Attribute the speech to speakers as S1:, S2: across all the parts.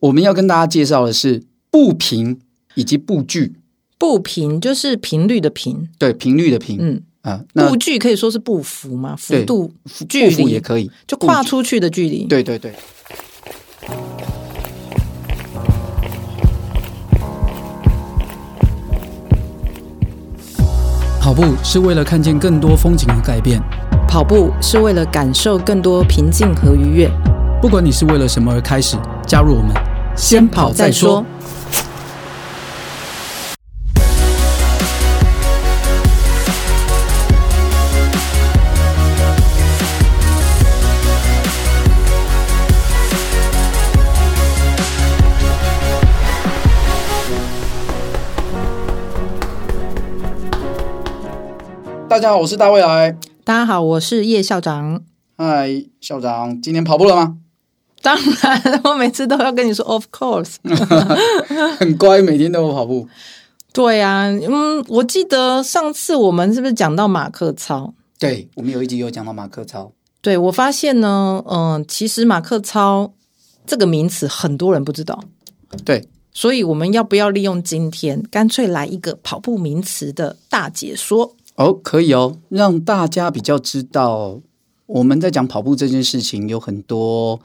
S1: 我们要跟大家介绍的是步频以及步距，
S2: 步频就是频率的频，
S1: 对频率的频，
S2: 嗯，
S1: 啊，那
S2: 步距可以说是步幅嘛，幅
S1: 对
S2: 度距
S1: 步幅也
S2: 离
S1: 可以，
S2: 就跨
S1: 步距，
S2: 出去的距离。
S1: 对对对，
S3: 跑步是为了看见更多风景和改变。
S2: 跑步是为了感受更多平静和愉悦，
S3: 不管你是为了什么而开始，加入我们，先
S1: 哦
S3: 跑再说。。
S1: 大家好，我是大未来，
S2: 大家好，我是叶校长。
S1: 嗨，校长，今天跑步了吗？
S2: 当然，我每次都要跟你说，of course。
S1: 很乖，每天都有跑步，
S2: 对啊，嗯，我记得上次我们是不是讲到马克操？
S1: 对我们有一集有讲到马克操，
S2: 对我发现呢，嗯、其实马克操这个名词很多人不知道，
S1: 对，
S2: 所以我们要不要利用今天，干脆来一个跑步名词的大解说？
S1: 哦，可以哦，让大家比较知道我们在讲跑步这件事情有很多，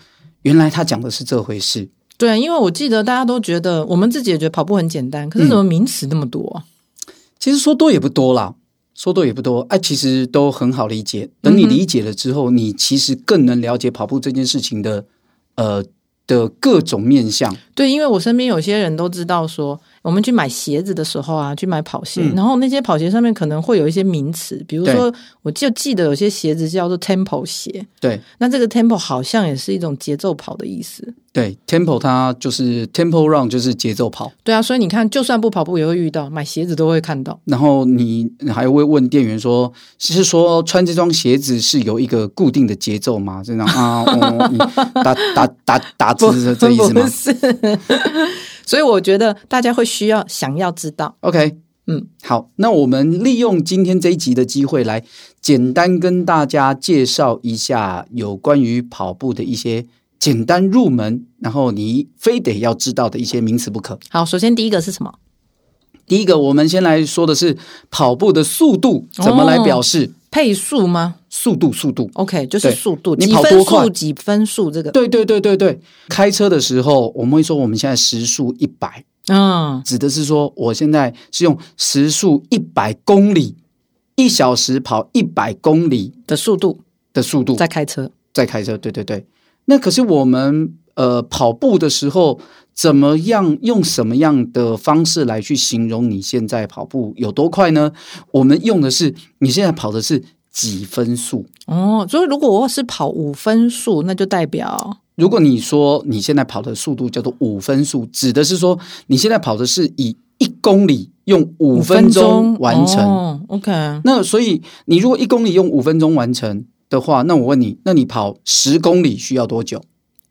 S1: 原来他讲的是这回事，
S2: 对，啊因为我记得大家都觉得，嗯啊我们自己也觉得跑步很简单，可是怎么名词那么多啊、
S1: 其实说多也不多啦，说多也不多，哎、其实都很好理解。等你理解了之后，你其实更能了解跑步这件事情的，呃的各种面向。
S2: 对，因为我身边有些人都知道说，我们去买鞋子的时候啊，去买跑鞋，
S1: 嗯
S2: 然后那些跑鞋上面可能会有一些名词，比如说，我就记得有些鞋子叫做 tempo 鞋，
S1: 对
S2: 那这个 tempo 好像也是一种节奏跑的意思。
S1: 对，tempo 它就是 tempo run，就是节奏跑。
S2: 对啊，所以你看，就算不跑步也会遇到，买鞋子都会看到。
S1: 然后你还会问店员说：“是说穿这双鞋子是有一个固定的节奏吗？”这样啊，哦、你打打打打字是 这意思吗
S2: 不是， 所以我觉得大家会需要想要知道，
S1: ？OK，
S2: 嗯，
S1: 好，那我们利用今天这一集的机会，来简单跟大家介绍一下有关于跑步的一些简单入门，然后你非得要知道的一些名词不可。
S2: 好，首先第一个是什么？
S1: 第一个，我们先来说的是跑步的速度怎么来
S2: 哦
S1: 表示、
S2: 配速吗
S1: 速度，速度。
S2: ？OK，就是
S1: 对
S2: 速度，
S1: 你
S2: 几
S1: 跑
S2: 分
S1: 多快
S2: 速？几分速？这个，
S1: 对对对对对，开车的时候我们会说我们现在时速一百，
S2: 嗯，
S1: 指的是说我现在是用时速一百公里，一小时跑一百公里
S2: 的速度
S1: 的速度
S2: 在开车。
S1: 在开车。对对对，那可是我们呃跑步的时候，怎么样用什么样的方式来去形容你现在跑步有多快呢？我们用的是你现在跑的是几分速。
S2: 哦，所以如果我是跑五分速，那就代表
S1: 如果你说你现在跑的速度叫做五分速，指的是说你现在跑的是以一公里用五分钟完成。
S2: 哦、OK，
S1: 那所以你如果一公里用五分钟完成的话，那我问你，那你跑十公里需要多久？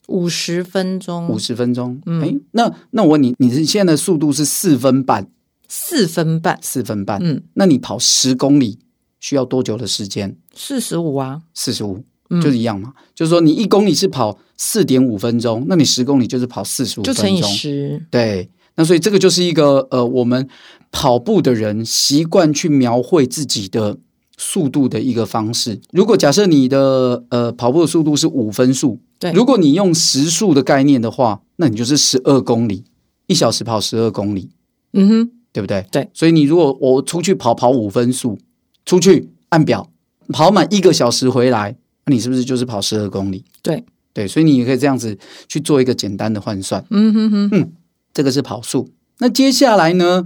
S2: 五十分钟，
S1: 五十分钟。
S2: 嗯
S1: 哎、那那我问你，你是现在的速度是四分半，
S2: 四分半，
S1: 四分半。
S2: 嗯，
S1: 那你跑十公里需要多久的时间？
S2: 四十五啊，
S1: 四十五。
S2: 嗯
S1: 就是一样嘛，就是说你一公里是跑四点五分钟，那你十公里就是跑四十五
S2: 就
S1: 分
S2: 乘
S1: 钟，
S2: 以十。
S1: 对，那所以这个就是一个呃，我们跑步的人习惯去描绘自己的速度的一个方式。如果假设你的呃跑步的速度是五分速，
S2: 对
S1: 如果你用时速的概念的话，那你就是十二公里，一小时跑十二公里，
S2: 嗯哼，
S1: 对不对？
S2: 对。
S1: 所以你如果我出去跑跑五分速，出去按表跑满一个小时回来，那你是不是就是跑十二公里？
S2: 对，
S1: 对，所以你也可以这样子去做一个简单的换算。
S2: 嗯哼哼，
S1: 这个是跑速。那接下来呢，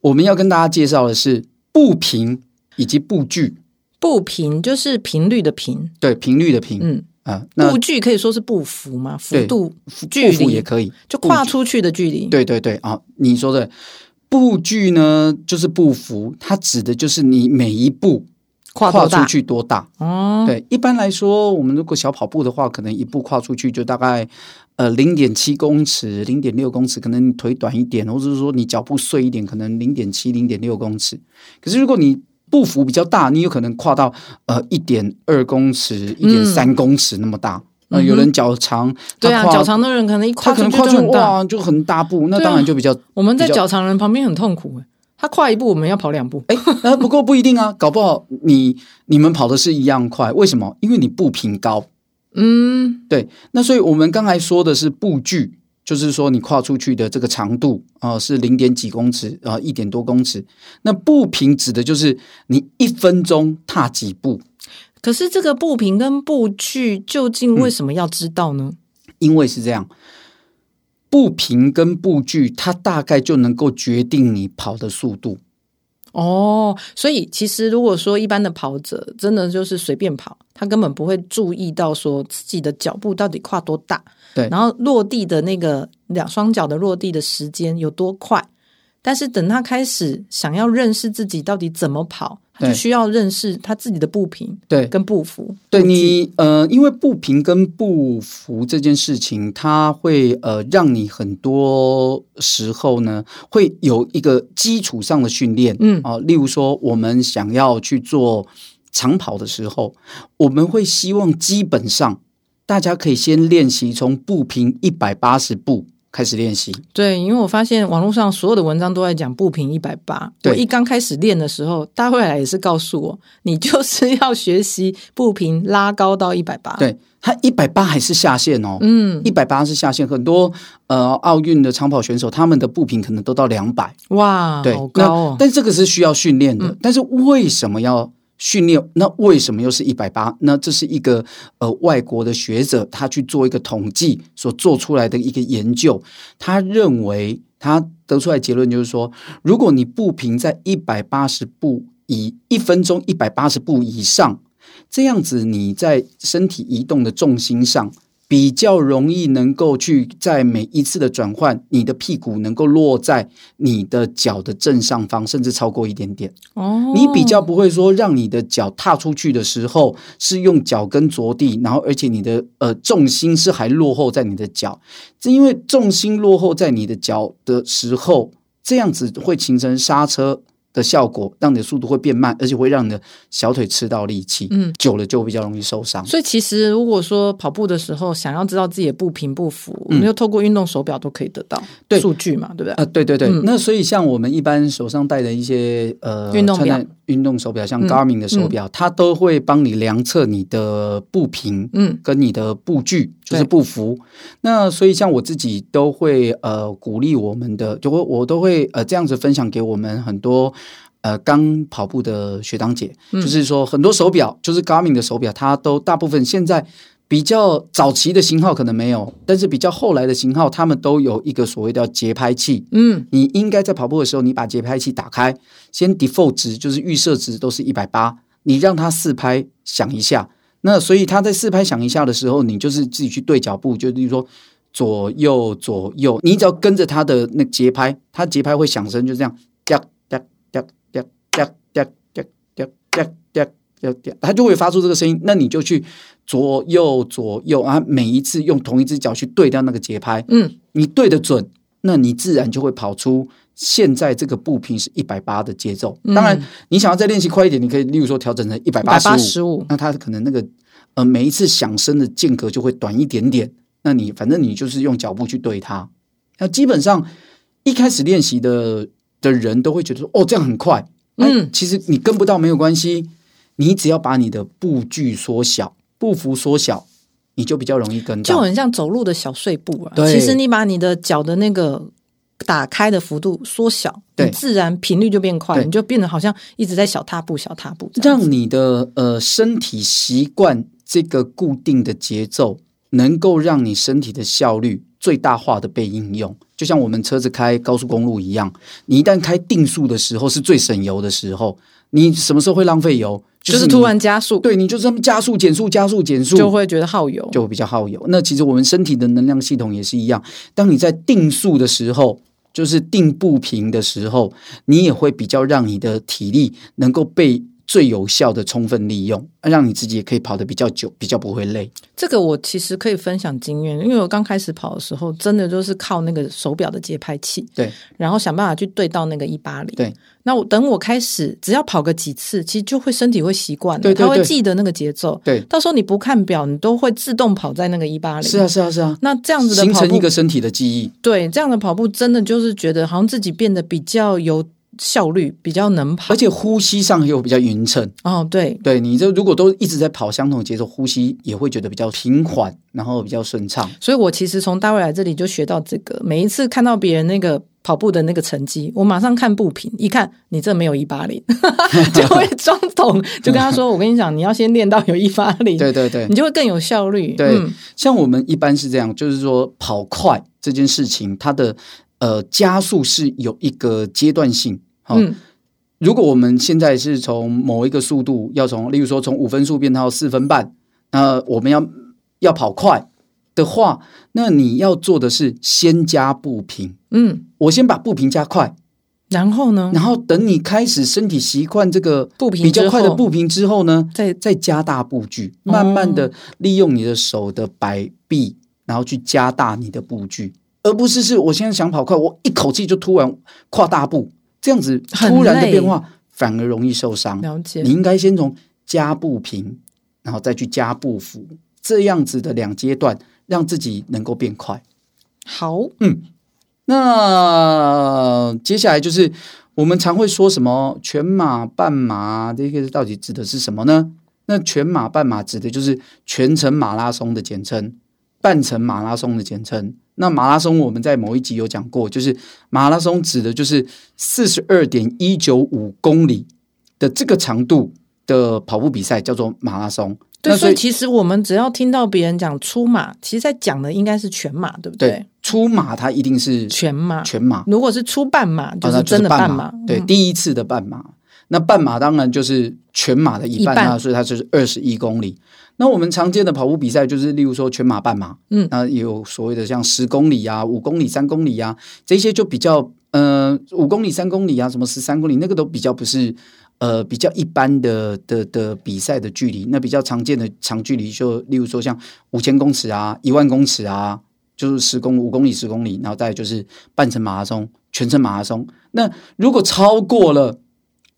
S1: 我们要跟大家介绍的是步频以及步距，
S2: 步频就是频率的频，
S1: 对频率的频
S2: 嗯，
S1: 啊、那
S2: 步距可以说是步幅嘛，幅
S1: 对
S2: 度距
S1: 步幅也
S2: 离
S1: 可以。
S2: 就跨出去的距离。，
S1: 对对对啊，你说的步距呢，就是步幅，它指的就是你每一步
S2: 跨
S1: 跨
S2: 多大
S1: 出去多大。
S2: 哦，
S1: 对，一般来说，我们如果小跑步的话，可能一步跨出去就大概呃零点七公尺、零点六公尺，可能你腿短一点，或者是说你脚步碎一点，可能零点七、零点六公尺。可是如果你步幅比较大，你有可能跨到呃一点二公尺、一点三公尺那么大。呃，有人脚长，
S2: 嗯对啊，
S1: 他跨
S2: 脚长的人可能一跨
S1: 他可
S2: 出
S1: 能跨
S2: 去就
S1: 出
S2: 很大。
S1: 哇就很大步，那
S2: 对啊
S1: 当然就 比较。
S2: 我们在
S1: 比较
S2: 脚长人旁边很痛苦、欸，他跨一步，我们要跑两步。
S1: 哎，呃，不过不一定啊，搞不好你你们跑的是一样快，为什么？因为你步频高。
S2: 嗯，
S1: 对，那所以我们刚才说的是步距，就是说你跨出去的这个长度啊、呃是零点几公尺啊，一、点多公尺。那步频指的就是你一分钟踏几步，
S2: 可是这个步频跟步距究竟
S1: 嗯
S2: 为什么要知道呢？
S1: 因为是这样，步频跟步距它大概就能够决定你跑的速度。
S2: 哦，所以其实如果说一般的跑者真的就是随便跑，他根本不会注意到说自己的脚步到底跨多大，
S1: 对
S2: 然后落地的那个两双脚的落地的时间有多快。但是等他开始想要认识自己到底怎么跑，他就
S1: 对
S2: 需要认识他自己的步频
S1: 对，
S2: 跟步幅。
S1: 对
S2: 步距，
S1: 你呃，因为步频跟步幅这件事情，它会呃让你很多时候呢会有一个基础上的训练，
S2: 嗯
S1: 啊、例如说我们想要去做长跑的时候，我们会希望基本上大家可以先练习从步频一百八十步开始练习，
S2: 对，因为我发现网络上所有的文章都在讲步频一百八。我
S1: 对
S2: 一刚开始练的时候，大会来也是告诉我， 你就是要学习步频拉高到一百八。，
S1: 对，它一百八还是下限哦，
S2: 啊嗯，
S1: 一百八是下限，很多呃奥运的长跑选手他们的步频可能都到两百。
S2: 哇，
S1: 对，
S2: 好高
S1: 那
S2: 哦。嗯
S1: 但这个是需要训练的，但是为什么要训练？那为什么又是一百八？那这是一个呃外国的学者他去做一个统计所做出来的一个研究，他认为他得出来结论就是说，如果你步频在一百八十步以一分钟一百八十步以上，这样子你在身体移动的重心上。比较容易能够去在每一次的转换，你的屁股能够落在你的脚的正上方，甚至超过一点点。
S2: 哦，
S1: 你比较不会说让你的脚踏出去的时候是用脚跟着地，然后而且你的呃重心是还落后在你的脚，这因为重心落后在你的脚的时候，这样子会形成刹车。的效果让你的速度会变慢，而且会让你的小腿吃到力气，
S2: 嗯，
S1: 久了就比较容易受伤。
S2: 所以其实如果说跑步的时候想要知道自己的步频步幅，
S1: 嗯
S2: 你就透过运动手表都可以得到
S1: 对
S2: 数据嘛，对不对？
S1: 啊，对对对，
S2: 嗯
S1: 那所以像我们一般手上戴的一些呃
S2: 运动
S1: 穿戴
S2: 表
S1: 运动手表，像
S2: 嗯
S1: Garmin 的手表，它都会帮你量测你的步频
S2: 嗯，
S1: 跟你的步距，就是
S2: 对
S1: 步幅。那所以像我自己都会呃鼓励我们的，就会我都会呃这样子分享给我们很多。呃，刚跑步的学长姐，
S2: 嗯
S1: 就是说很多手表，就是 Garmin 的手表，它都大部分现在比较早期的型号可能没有，但是比较后来的型号，他们都有一个所谓的节拍器，
S2: 嗯，
S1: 你应该在跑步的时候，你把节拍器打开，先 default 值就是预设值都是一百八，你让它四拍响一下。那所以它在四拍响一下的时候，你就是自己去对脚步，就例如说左右左右，你只要跟着它的那节拍，它节拍会响声就这样，哒哒哒哒哒哒哒哒哒哒哒哒，它就会发出这个声音。那你就去左右左右啊，每一次用同一只脚去对掉那个节拍，
S2: 嗯，
S1: 你对得准，那你自然就会跑出现在这个步频是一百八的节奏。当然
S2: 嗯，
S1: 你想要再练习快一点，你可以例如说调整成一百
S2: 一百八
S1: 十五，
S2: 十五，
S1: 那它可能那个呃每一次响声的间隔就会短一点点。那你反正你就是用脚步去对它。那基本上一开始练习的的人都会觉得说，哦，这样很快。哎
S2: 嗯
S1: 其实你跟不到没有关系，你只要把你的步距缩小、步幅缩小，你就比较容易跟
S2: 就
S1: 到。
S2: 很像走路的小碎步啊。
S1: 对
S2: 其实你把你的脚的那个打开的幅度缩小，
S1: 对
S2: 你自然频率就变快，
S1: 对
S2: 你就变得好像一直在小踏步、小踏步这样子。
S1: 让你的呃身体习惯这个固定的节奏，能够让你身体的效率最大化的被应用。就像我们车子开高速公路一样，你一旦开定速的时候是最省油的时候。你什么时候会浪费油？
S2: 就是
S1: 你
S2: 突然加速，
S1: 对，你就这么加速、减速、加速、减速，
S2: 就会觉得耗油。
S1: 就比较耗油。那其实我们身体的能量系统也是一样，当你在定速的时候，就是定步频的时候，你也会比较让你的体力能够被最有效的充分利用，让你自己也可以跑得比较久，比较不会累。
S2: 这个我其实可以分享经验，因为我刚开始跑的时候，真的就是靠那个手表的节拍器，
S1: 对
S2: 然后想办法去对到那个一八零。
S1: 对，
S2: 那我等我开始，只要跑个几次，其实就会身体会习惯了，
S1: 对对
S2: 它会
S1: 对
S2: 记得那个节奏。
S1: 对，
S2: 到时候你不看表，你都会自动跑在那个一八零。
S1: 是啊，，是啊，是啊，
S2: 嗯那这样子的
S1: 形
S2: 跑
S1: 成
S2: 步
S1: 一个身体的记忆。
S2: 对这样的跑步，真的就是觉得好像自己变得比较有效率，比较能跑
S1: 而。且呼吸上又比较匀称，
S2: 哦，对，
S1: 对你这如果都一直在跑相同的节奏，呼吸也会觉得比较平缓，然后比较顺畅。
S2: 所以我其实从大卫来这里就学到这个，每一次看到别人那个跑步的那个成绩，我马上看步频，一看你这没有一八零， 就会装懂，就跟他说：“我跟你讲，你要先练到有一八零，
S1: 对对对
S2: 你，就会更有效率。”
S1: 对
S2: 嗯，
S1: 像我们一般是这样，就是说跑快这件事情，它的呃加速是有一个阶段性。好、
S2: 嗯
S1: 如果我们现在是从某一个速度要从，例如说从五分速变到四分半，那我们要要跑快的话，那你要做的是先加步频，
S2: 嗯，
S1: 我先把步频加快，
S2: 然后呢？
S1: 然后等你开始身体习惯这个
S2: 步频
S1: 比较快
S2: 之
S1: 的
S2: 后
S1: 步频之后呢，
S2: 再
S1: 再加大步距，慢慢的利用你的手的摆臂，然后去加大你的步距，而不是是我现在想跑快，我一口气就突然跨大步，这样子
S2: 很
S1: 突然的
S2: 累
S1: 变化反而容易受伤。
S2: 了解
S1: 你，应该先从加步频，然后再去加步幅，这样子的两阶段，让自己能够变快。
S2: 好，
S1: 那接下来就是我们常会说什么全马、半马，这个到底指的是什么呢？那全马、半马指的就是全程马拉松的简称，半程马拉松的简称。那马拉松我们在某一集有讲过，就是马拉松指的就是四十二点一九五公里的这个长度的跑步比赛叫做马拉松。
S2: 对，
S1: 那
S2: 所以其实我们只要听到别人讲出马，其实在讲的应该是全马，对不
S1: 对出马它一定是
S2: 全马。
S1: 全马，
S2: 如果是出半马，就
S1: 哦那
S2: 是真的
S1: 半
S2: 马。
S1: 对，
S2: 嗯
S1: 第一次的半马。那半马当然就是全马的一半
S2: 一
S1: 啊，
S2: 半
S1: 所以它就是二十一公里。那我们常见的跑步比赛就是，例如说全马、半马，
S2: 嗯
S1: 那也有所谓的像十公里啊、五公里、三公里啊，这些就比较，呃，五公里、三公里啊，什么十三公里，那个都比较不是，呃，比较一般的的的比赛的距离。那比较常见的长距离就，例如说像五千公尺啊、一万公尺啊，就是十公五公里、十公里，然后再来就是半程马拉松、全程马拉松。那如果超过了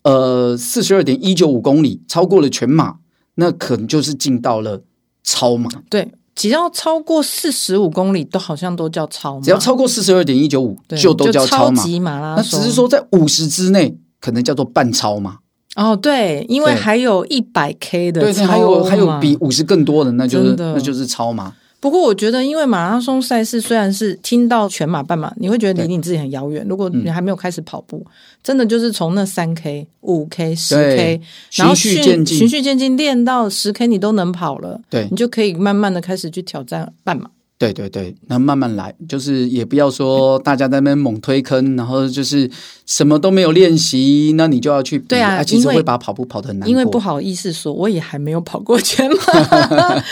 S1: 呃四十二点一九五公里，超过了全马，那可能就是进到了超马。
S2: 对，只要超过四十五公里，都好像都叫超马。
S1: 只要超过四十二点一九五，
S2: 对
S1: 就都叫超
S2: 超
S1: 马。
S2: 级马拉
S1: 那
S2: 松。
S1: 只是说在五十之内，可能叫做半超马。
S2: 哦，对，因为
S1: 对
S2: 还有一百 K 的
S1: 对，
S2: 超
S1: 那
S2: 马，
S1: 还有还有比五十更多的，那就是
S2: 真的
S1: 那就是超马。
S2: 不过我觉得，因为马拉松赛事虽然是听到全马、半马，你会觉得离你自己很遥远。如果
S1: 嗯
S2: 你还没有开始跑步，真的就是从那三 K、五 K、十 K，
S1: 对
S2: 然后
S1: 循序
S2: 训
S1: 渐进
S2: 循序渐进练到十 K，你都能跑了，
S1: 对
S2: 你就可以慢慢的开始去挑战半马。
S1: 对对对，那慢慢来，就是也不要说大家在那边猛推坑，然后就是什么都没有练习，那你就要去比哎
S2: 对啊
S1: 其实
S2: 因为
S1: 会把跑步跑得很难过。
S2: 因为不好意思说，我也还没有跑过全马。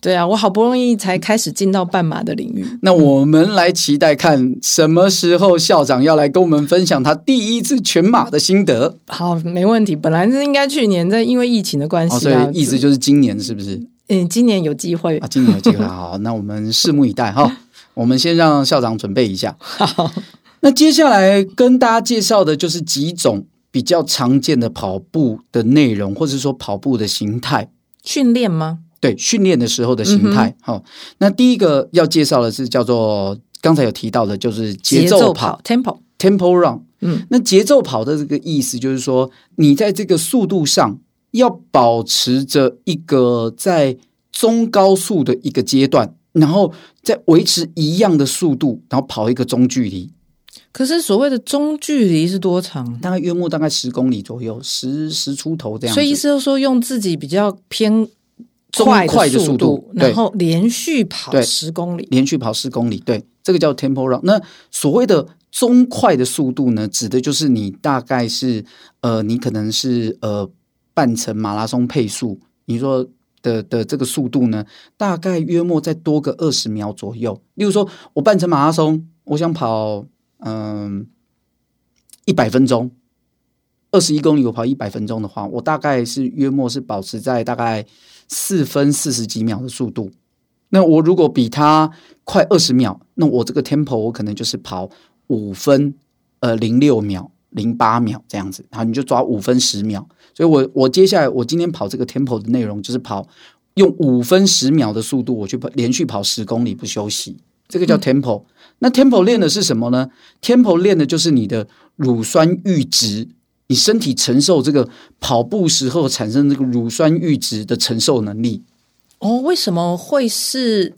S2: 对啊，我好不容易才开始进到半马的领域。
S1: 那我们来期待看什么时候校长要来跟我们分享他第一次全马的心得。
S2: 好，没问题。本来是应该去年，但因为疫情的关
S1: 哦，
S2: 系
S1: 所
S2: 啊，
S1: 以意思就是今年是不是？
S2: 嗯，今年有机会
S1: 啊，。今年有机会，好，那我们拭目以待 哈。我们先让校长准备一下。
S2: 好，
S1: 那接下来跟大家介绍的就是几种比较常见的跑步的内容，或者说跑步的形态。
S2: 训练吗？
S1: 对，训练的时候的形态。好、那第一个要介绍的是叫做刚才有提到的，就是节奏跑
S2: （tempo）。
S1: （tempo run）。
S2: 嗯，
S1: 那节奏跑的这个意思就是说，你在这个速度上要保持着一个在中高速的一个阶段，然后再维持一样的速度，然后跑一个中距离，
S2: 可是所谓的中距离是多长？
S1: 大概约莫大概十公里左右，十十出头这样子。
S2: 所以意思就是说，用自己比较偏
S1: 中
S2: 快
S1: 快的
S2: 速
S1: 速度对
S2: 然后连续跑
S1: 对
S2: 十公里。
S1: 连续跑十公里，对，这个叫 tempo run。那所谓的中快的速度呢，指的就是你大概是呃，你可能是呃半程马拉松配速，你说的的这个速度呢，大概约莫再多个二十秒左右。例如说，我半程马拉呃松，我想跑嗯一百分钟，二十一公里我跑一百分钟的话，我大概是约莫是保持在大概四分四十几秒的速度。那我如果比他快二十秒，那我这个 tempo 我可能就是跑五分呃零六秒、零八秒这样子，好，你就抓五分十秒。所以我我接下来我今天跑这个 tempo 的内容就是跑用五分十秒的速度，我去跑连续跑十公里不休息，这个叫 tempo。那 tempo 练的是什么呢？tempo 练的就是你的乳酸阈值，你身体承受这个跑步时候产生这个乳酸阈值的承受能力。
S2: 哦，为什么会是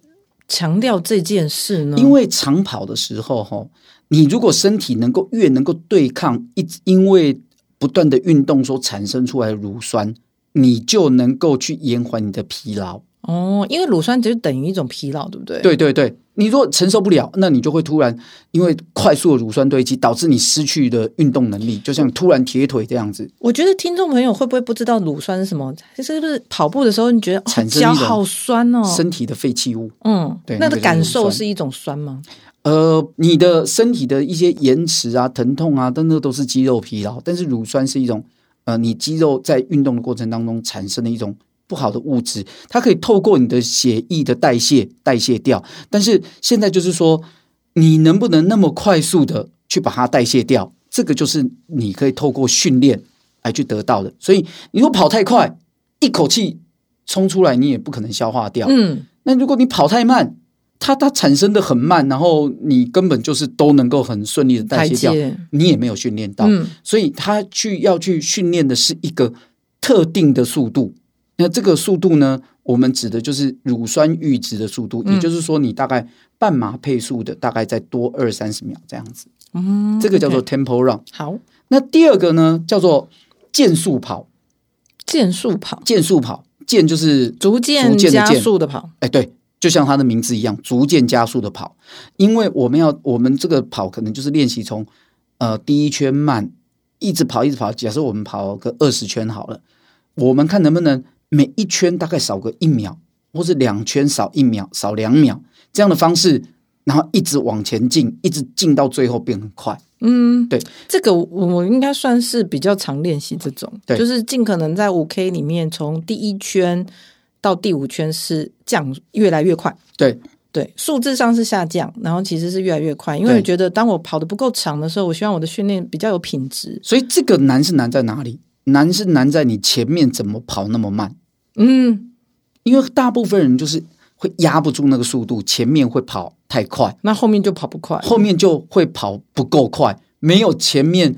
S2: 强调这件事呢？
S1: 因为长跑的时候，哈，你如果身体能够越能够对抗一，因为不断的运动所产生出来的乳酸，你就能够去延缓你的疲劳。
S2: 哦，因为乳酸只是等于一种疲劳，对不对？，
S1: 对对对，你如果承受不了，那你就会突然因为快速的乳酸堆积，导致你失去了运动能力，就像突然铁腿这样子。
S2: 我觉得听众朋友会不会不知道乳酸是什么？是不是跑步的时候你觉得、哦、
S1: 产生一
S2: 脚
S1: 种
S2: 好酸哦？
S1: 身体的废弃物，
S2: 嗯，
S1: 对
S2: 那
S1: 那个就
S2: 个
S1: 是
S2: 感
S1: 乳
S2: 受
S1: 酸
S2: 是一种酸吗？
S1: 呃，你的身体的一些延迟啊、疼痛啊，等等都是肌肉疲劳。但是乳酸是一种，呃，你肌肉在运动的过程当中产生的一种不好的物质，它可以透过你的血液的代谢代谢掉。但是现在就是说，你能不能那么快速的去把它代谢掉？这个就是你可以透过训练来去得到的。所以你如果跑太快，一口气冲出来，你也不可能消化掉。
S2: 嗯，
S1: 那如果你跑太慢，它它产生的很慢，然后你根本就是都能够很顺利的代
S2: 台
S1: 谢掉，
S2: 阶，
S1: 你也没有训练到，
S2: 嗯，
S1: 所以他去要去训练的是一个特定的速度。那这个速度呢，我们指的就是乳酸阈值的速度，
S2: 嗯
S1: 也就是说你大概半马配速的大概再多二三十秒这样子，
S2: 嗯
S1: 这个叫做
S2: OK
S1: tempo run。
S2: 好
S1: 那第二个呢，叫做渐速跑，
S2: 渐速跑，
S1: 渐速跑，渐就是
S2: 逐渐
S1: 逐渐的
S2: 加
S1: 渐
S2: 速的跑。
S1: 哎，对，就像它的名字一样，逐渐加速的跑。因为我们要，我们这个跑可能就是练习从呃第一圈慢，一直跑，一直跑。假设我们跑个二十圈好了，我们看能不能每一圈大概少个一秒，或是两圈少一秒，少两秒这样的方式，然后一直往前进，一直进到最后变很快。
S2: 嗯，
S1: 对，
S2: 这个我我应该算是比较常练习这种，
S1: 对
S2: 就是尽可能在五 K 里面，从第一圈到第五圈是降越来越快，
S1: 对，
S2: 对，数字上是下降，然后其实是越来越快，因为
S1: 对
S2: 我觉得当我跑得不够长的时候，我希望我的训练比较有品质。
S1: 所以这个难是难在哪里？难是难在你前面怎么跑那么慢。
S2: 嗯，
S1: 因为大部分人就是会压不住那个速度，前面会跑太快，
S2: 那后面就跑不快。
S1: 后面就会跑不够快，没有前面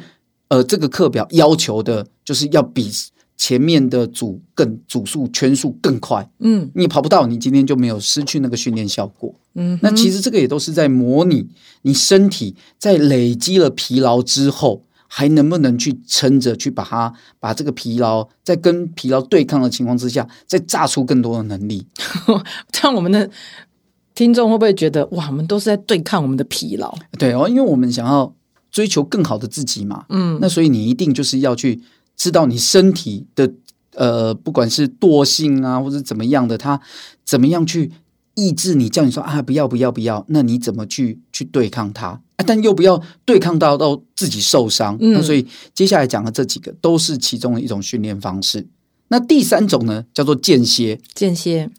S1: 呃这个课表要求的，就是要比前面的组更组数圈数更快，
S2: 嗯
S1: 你跑不到，你今天就没有失去那个训练效果。
S2: 嗯，
S1: 那其实这个也都是在模拟你身体在累积了疲劳之后，还能不能去撑着去把它把这个疲劳在跟疲劳对抗的情况之下，再榨出更多的能力。
S2: 这样我们的听众会不会觉得哇，我们都是在对抗我们的疲劳？
S1: 对哦，因为我们想要追求更好的自己嘛，
S2: 嗯，
S1: 那所以你一定就是要去知道你身体的呃，不管是惰性啊，或者怎么样的，它怎么样去抑制你，叫你说啊不要不要不要，那你怎么去去对抗它？啊但又不要对抗到到自己受伤。
S2: 嗯
S1: 那所以接下来讲的这几个都是其中的一种训练方式。那第三种呢，叫做间歇。
S2: 间歇，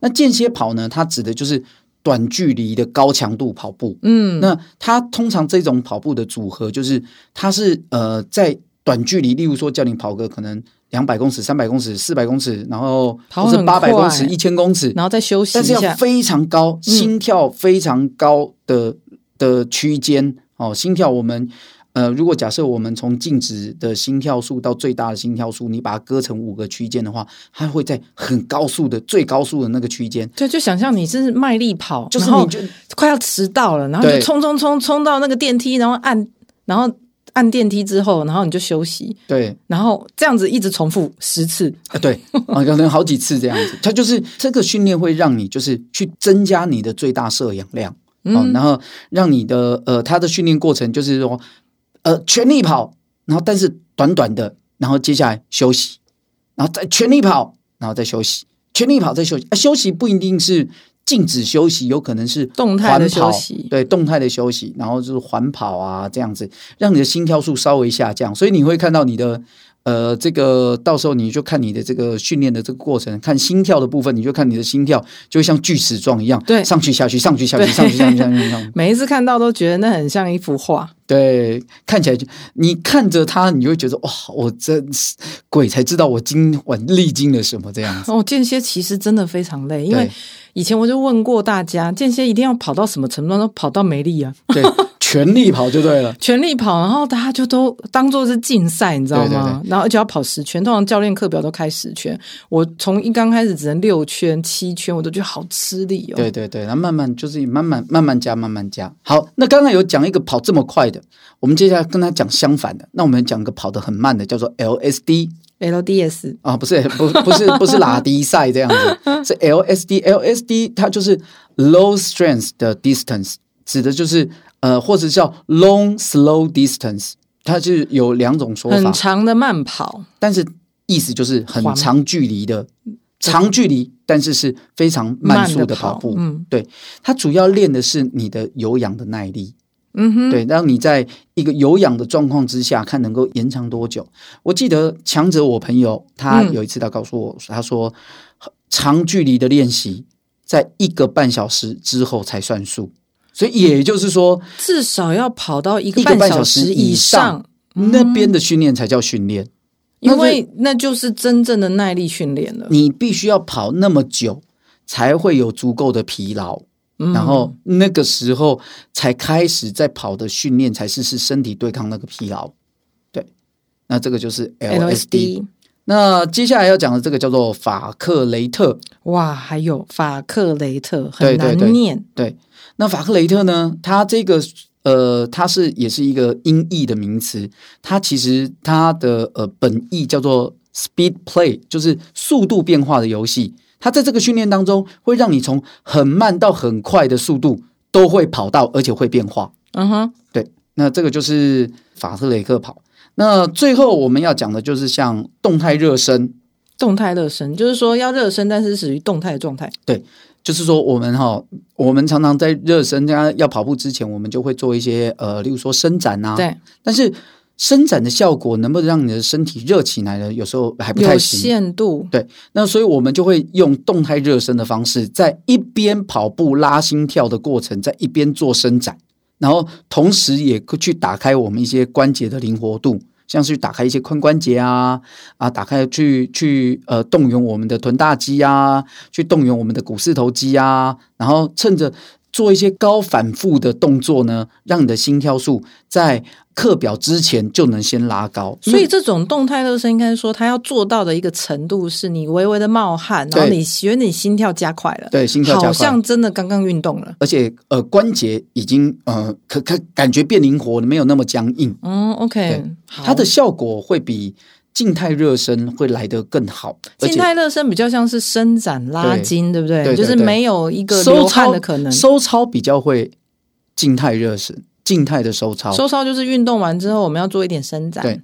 S1: 那间歇跑呢，它指的就是短距离的高强度跑步。
S2: 嗯，
S1: 那它通常这种跑步的组合，就是它是呃在短距离，例如说叫你跑个可能两百公尺、三百公尺、四百公尺，然后
S2: 跑
S1: 或者
S2: 很
S1: 八百公尺、
S2: 快
S1: 一千公尺，
S2: 然后再休息
S1: 但
S2: 一
S1: 是要
S2: 下。嗯
S1: 非常高，心跳非常高的的区间哦，心跳我们。呃，如果假设我们从静止的心跳数到最大的心跳数，你把它割成五个区间的话，它会在很高速的最高速的那个区间，
S2: 对，就想象你真是卖力跑，
S1: 就是
S2: 然后
S1: 你就
S2: 快要迟到了，然后你就
S1: 对
S2: 冲冲冲冲到那个电梯，然后按，然后按电梯之后，然后你就休息，
S1: 对
S2: 然后这样子一直重复十次。
S1: 啊，对啊，可能好几次这样子。它就是这个训练会让你就是去增加你的最大摄氧量，
S2: 嗯
S1: 哦，然后让你的呃，它的训练过程就是说，呃，全力跑，然后但是短短的，然后接下来休息，然后再全力跑，然后再休息，全力跑再休息。啊，休息不一定是静止休息，有可能是
S2: 动态
S1: 缓
S2: 的
S1: 跑
S2: 休息
S1: 对，动态的休息，然后就是缓跑啊这样子，让你的心跳数稍微下降，所以你会看到你的。呃，这个到时候你就看你的这个训练的这个过程，看心跳的部分，你就看你的心跳就会像锯齿状一样，
S2: 对
S1: 上去下去，上去下去，
S2: 对
S1: 上去下去，上去上去，
S2: 每一次看到都觉得那很像一幅画，
S1: 对，看起来就你看着他，你就会觉得哇，我真是鬼才知道我今晚历经了什么这样子。
S2: 哦，间歇其实真的非常累，因为
S1: 对
S2: 以前我就问过大家，间歇一定要跑到什么程度？都跑到没力啊，
S1: 对，全力跑就对了。
S2: 全力跑，然后大家就都当做是竞赛，你知道吗？然后而且要跑十圈，通常教练课表都开十圈，我从一刚开始只能六圈、七圈，我都觉得好吃力哦。
S1: 对对对，然后慢慢就是慢慢慢慢加，慢慢加。好，那刚刚有讲一个跑这么快的，我们接下来跟他讲相反的。那我们讲一个跑得很慢的，叫做 LSD
S2: LDS
S1: 啊，不是 不不是不是拉迪赛这样子，是 LSD。LSD 它就是 low strength 的 distance，指的就是呃，或者叫 long slow distance，它是有两种说法
S2: 很，长的慢跑，
S1: 但是意思就是很
S2: 缓
S1: 长距离的。长距离，但是是非常慢
S2: 慢
S1: 速
S2: 的
S1: 的跑步，
S2: 嗯
S1: 对，它主要练的是你的有氧的耐力，
S2: 嗯哼，
S1: 对，让你在一个有氧的状况之下，看能够延长多久。我记得强者我朋友，他
S2: 嗯
S1: 有一次他告诉我，他说长距离的练习在一个半小时之后才算数，所以也就是说，
S2: 至少要跑到一个
S1: 一个半
S2: 小
S1: 小时以
S2: 以
S1: 上，
S2: 嗯
S1: 那边的训练才叫训练，
S2: 因为那就是真正的耐力训练了。
S1: 你必须要跑那么久才会有足够的疲劳。
S2: 嗯
S1: 然后那个时候才开始在跑的训练，才是是身体对抗那个疲劳。对，那这个就是 LSD。
S2: LSD
S1: 那接下来要讲的这个叫做法克雷特。
S2: 哇，还有法克雷特
S1: 对对
S2: 很难
S1: 对
S2: 念，
S1: 对，那法克雷特呢？它这个呃，它是也是一个音译的名词。它其实它的呃本意叫做 speed play，就是速度变化的游戏。它在这个训练当中，会让你从很慢到很快的速度都会跑到，而且会变化。
S2: 嗯哼，
S1: 对，那这个就是法特雷克跑。那最后我们要讲的就是像动态热身，
S2: 动态热身就是说要热身，但是属于动态的状态。
S1: 就是说我们哈、我们常常在热身加要跑步之前，我们就会做一些呃，例如说伸展啊。。
S2: 对，
S1: 但是伸展的效果能不能让你的身体热起来呢？有时候还不太
S2: 有
S1: 行。
S2: 限度，
S1: 那所以我们就会用动态热身的方式，在一边跑步拉心跳的过程，在一边做伸展，然后同时也去打开我们一些关节的灵活度，像是打开一些髋关节啊啊，打开去去呃动员我们的臀大肌啊，去动员我们的股四头肌啊，然后趁着。做一些高反复的动作呢，让你的心跳数在课表之前就能先拉高。
S2: 所以这种动态热身应该说，它要做到的一个程度是你微微的冒汗，
S1: 对
S2: 然后你觉得你心跳加快了，
S1: 对心跳加快
S2: 好像真的刚刚运动了。
S1: 而且呃关节已经呃可可感觉变灵活了，没有那么僵硬，
S2: 嗯，OK，
S1: 对
S2: 好
S1: 它的效果会比静态热身会来得更好，而
S2: 静
S1: 且
S2: 态热身比较像是伸展拉筋，对不对？
S1: 对对
S2: 就是
S1: 对
S2: 没有一个
S1: 收
S2: 流汗
S1: 操
S2: 的可能。
S1: 收操比较会静态热身，静态的收操，
S2: 收操就是运动完之后，我们要做一点伸展。
S1: 对，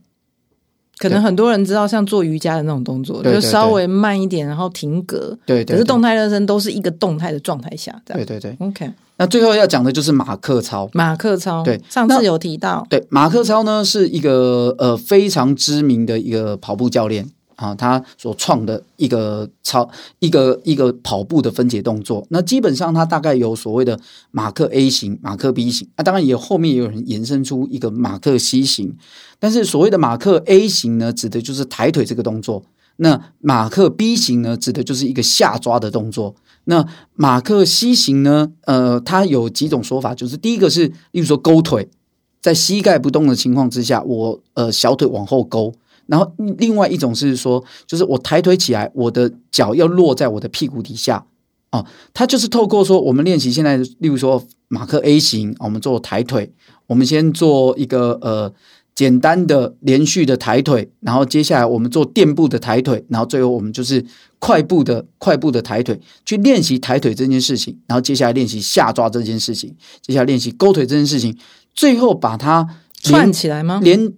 S2: 可能很多人知道，像做瑜伽的那种动作，
S1: 对对
S2: 就稍微慢一点，然后停格。
S1: 对对
S2: 可是
S1: 对
S2: 动态热身都是一个动态的状态下，这
S1: 对
S2: 样。
S1: 对对。
S2: OK，
S1: 那最后要讲的就是马克操，
S2: 马克操，
S1: 对
S2: 上
S1: 那
S2: 次有提到，
S1: 对，马克操呢是一个呃非常知名的一个跑步教练啊，他所创的一个操一个一个跑步的分解动作。那基本上他大概有所谓的马克 A 型、马克 B 型啊，当然也后面也有人延伸出一个马克 C 型。但是所谓的马克 A 型呢，指的就是抬腿这个动作。那马克 B 型呢，指的就是一个下抓的动作。那马克 C 型呢，呃，它有几种说法，就是第一个是，例如说勾腿，在膝盖不动的情况之下，我呃小腿往后勾，然后另外一种是说，就是我抬腿起来，我的脚要落在我的屁股底下。哦，它就是透过说我们练习现在，例如说马克 A 型，啊我们做抬腿，我们先做一个呃简单的连续的抬腿，然后接下来我们做垫步的抬腿，然后最后我们就是快步的快步的抬腿，去练习抬腿这件事情，然后接下来练习下抓这件事情，接下来练习勾腿这件事情，最后把它连
S2: 嗯串起来吗？
S1: 连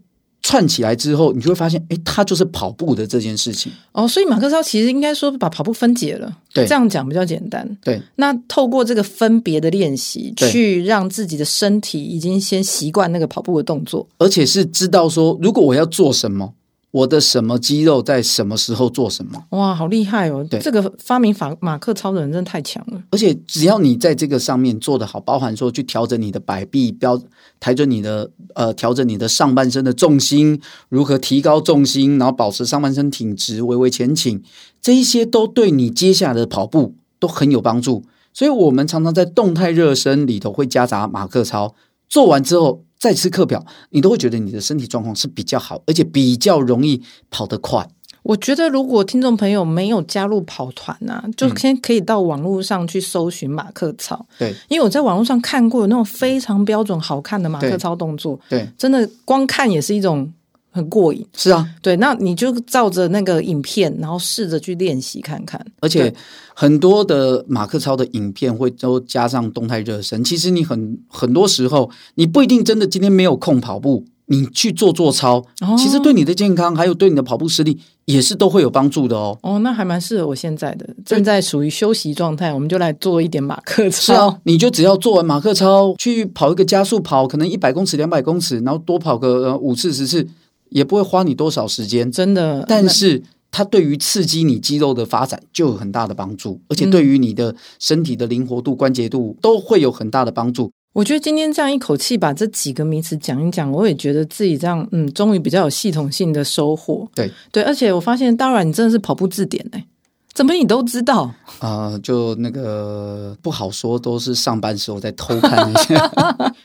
S1: 串起来之后，你就会发现，哎，它就是跑步的这件事情。
S2: 哦，所以马克思其实应该说把跑步分解了，
S1: 对
S2: 这样讲比较简单。
S1: 对
S2: 那透过这个分别的练习，
S1: 对
S2: 去让自己的身体已经先习惯那个跑步的动作。
S1: 而且是知道说，如果我要做什么，我的什么肌肉在什么时候做什么，
S2: 哇，好厉害哦！
S1: 对
S2: 这个发明法马克超人真的太强了。
S1: 而且只要你在这个上面做得好，包含说去调整你的摆臂标，调整你的呃，调整你的上半身的重心，如何提高重心，然后保持上半身挺直，微微前倾，这一些都对你接下来的跑步都很有帮助。所以我们常常在动态热身里头会夹杂马克操，做完之后再吃课表，你都会觉得你的身体状况是比较好，而且比较容易跑得快。
S2: 我觉得如果听众朋友没有加入跑团啊，
S1: 嗯
S2: 就先可以到网络上去搜寻马克操，
S1: 对
S2: 因为我在网络上看过有那种非常标准好看的马克操动作，
S1: 对，
S2: 真的光看也是一种很过瘾。
S1: 是啊，
S2: 对，那你就照着那个影片，然后试着去练习看看。
S1: 而且
S2: 对
S1: 很多的马克操的影片会都加上动态热身。其实你很很多时候，你不一定真的今天没有空跑步，你去做做操，
S2: 哦
S1: 其实对你的健康还有对你的跑步实力也是都会有帮助的哦。
S2: 哦，那还蛮适合我现在的，正在属于休息状态，我们就来做一点马克
S1: 是
S2: 操。
S1: 啊，你就只要做完马克操，去跑一个加速跑，可能一百公尺、两百公尺，然后多跑个呃五次、十次，也不会花你多少时间。
S2: 真的，
S1: 但是它对于刺激你肌肉的发展就有很大的帮助，而且对于你的身体的灵活度、关节度都会有很大的帮助。
S2: 我觉得今天这样一口气把这几个名词讲一讲，我也觉得自己这样，嗯，终于比较有系统性的收获。
S1: 对
S2: 对，而且我发现大软你真的是跑步字典哎、怎么你都知道？
S1: 啊、就那个不好说，都是上班时候在偷看一 下。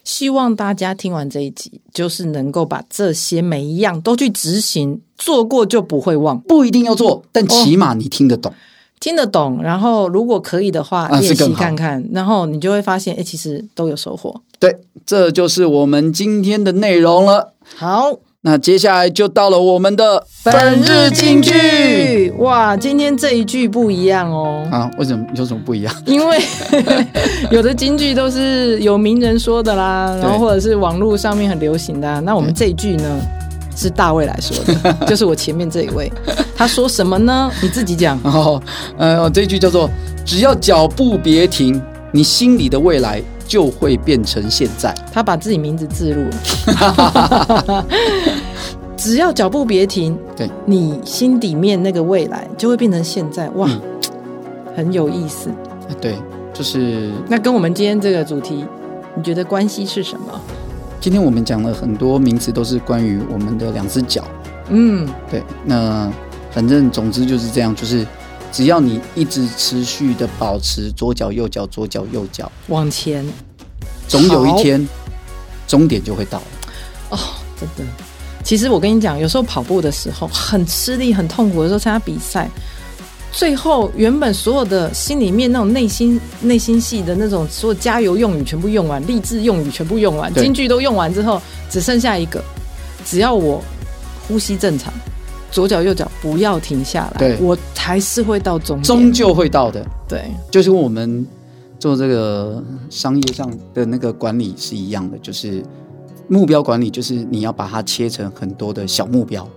S2: 希望大家听完这一集，就是能够把这些每一样都去执行，做过就不会忘，
S1: 不一定要做，但起码你听得懂。
S2: 听得懂。然后如果可以的话，
S1: 啊
S2: 练
S1: 是
S2: 习
S1: 更好
S2: 看看，然后你就会发现，哎、其实都有收获。
S1: 对，这就是我们今天的内容了。
S2: 好，
S1: 那接下来就到了我们的本日金句。，
S2: 哇，今天这一句不一样哦。
S1: 啊，为什么有什么不一样？
S2: 因为 有的金句都是有名人说的啦，然后或者是网络上面很流行的、啊。那我们这一句呢，是大卫来说 的，就是我前面这一位，他说什么呢？你自己讲。
S1: 然后，呃，这一句叫做“只要脚步别停，你心里的未来就会变成现在
S2: 他把自己名字自录了。只要脚步别停，
S1: 对
S2: 你心底面那个未来就会变成现在，哇，很有意思。”。
S1: 对，就是
S2: 那跟我们今天这个主题，你觉得关系是什么？
S1: 今天我们讲了很多名词，都是关于我们的两只脚。
S2: 嗯，
S1: 对，那反正总之就是这样，就是只要你一直持续的保持左脚右脚左脚右脚，
S2: 往前，
S1: 总有一
S2: 好
S1: 天终点就会到了。
S2: 真的。其实我跟你讲，有时候跑步的时候很吃力、很痛苦的时候参加比赛，最后原本所有的心里面那种内心内心戏的那种所有加油用语全部用完，励志用语全部用完，
S1: 对
S2: 金句都用完之后，只剩下一个，只要我呼吸正常，左脚右脚不要停下来
S1: 对，
S2: 我还是会到终点。
S1: 终究会到的，
S2: 对，
S1: 就是跟我们做这个商业上的那个管理是一样的，就是目标管理，就是你要把它切成很多的小目标，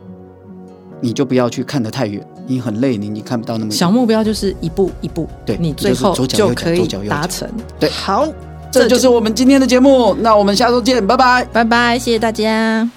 S1: 你就不要去看得太远，你很累，你你看不到那么远。
S2: 小目标就是一步一步，
S1: 对
S2: 你最
S1: 就是
S2: 后
S1: 左脚右
S2: 就
S1: 脚
S2: 可以
S1: 左脚右脚
S2: 达成。
S1: 对
S2: 好，
S1: 这就是我们今天的节目，那我们下周见，拜拜。
S2: 拜拜，谢谢大家。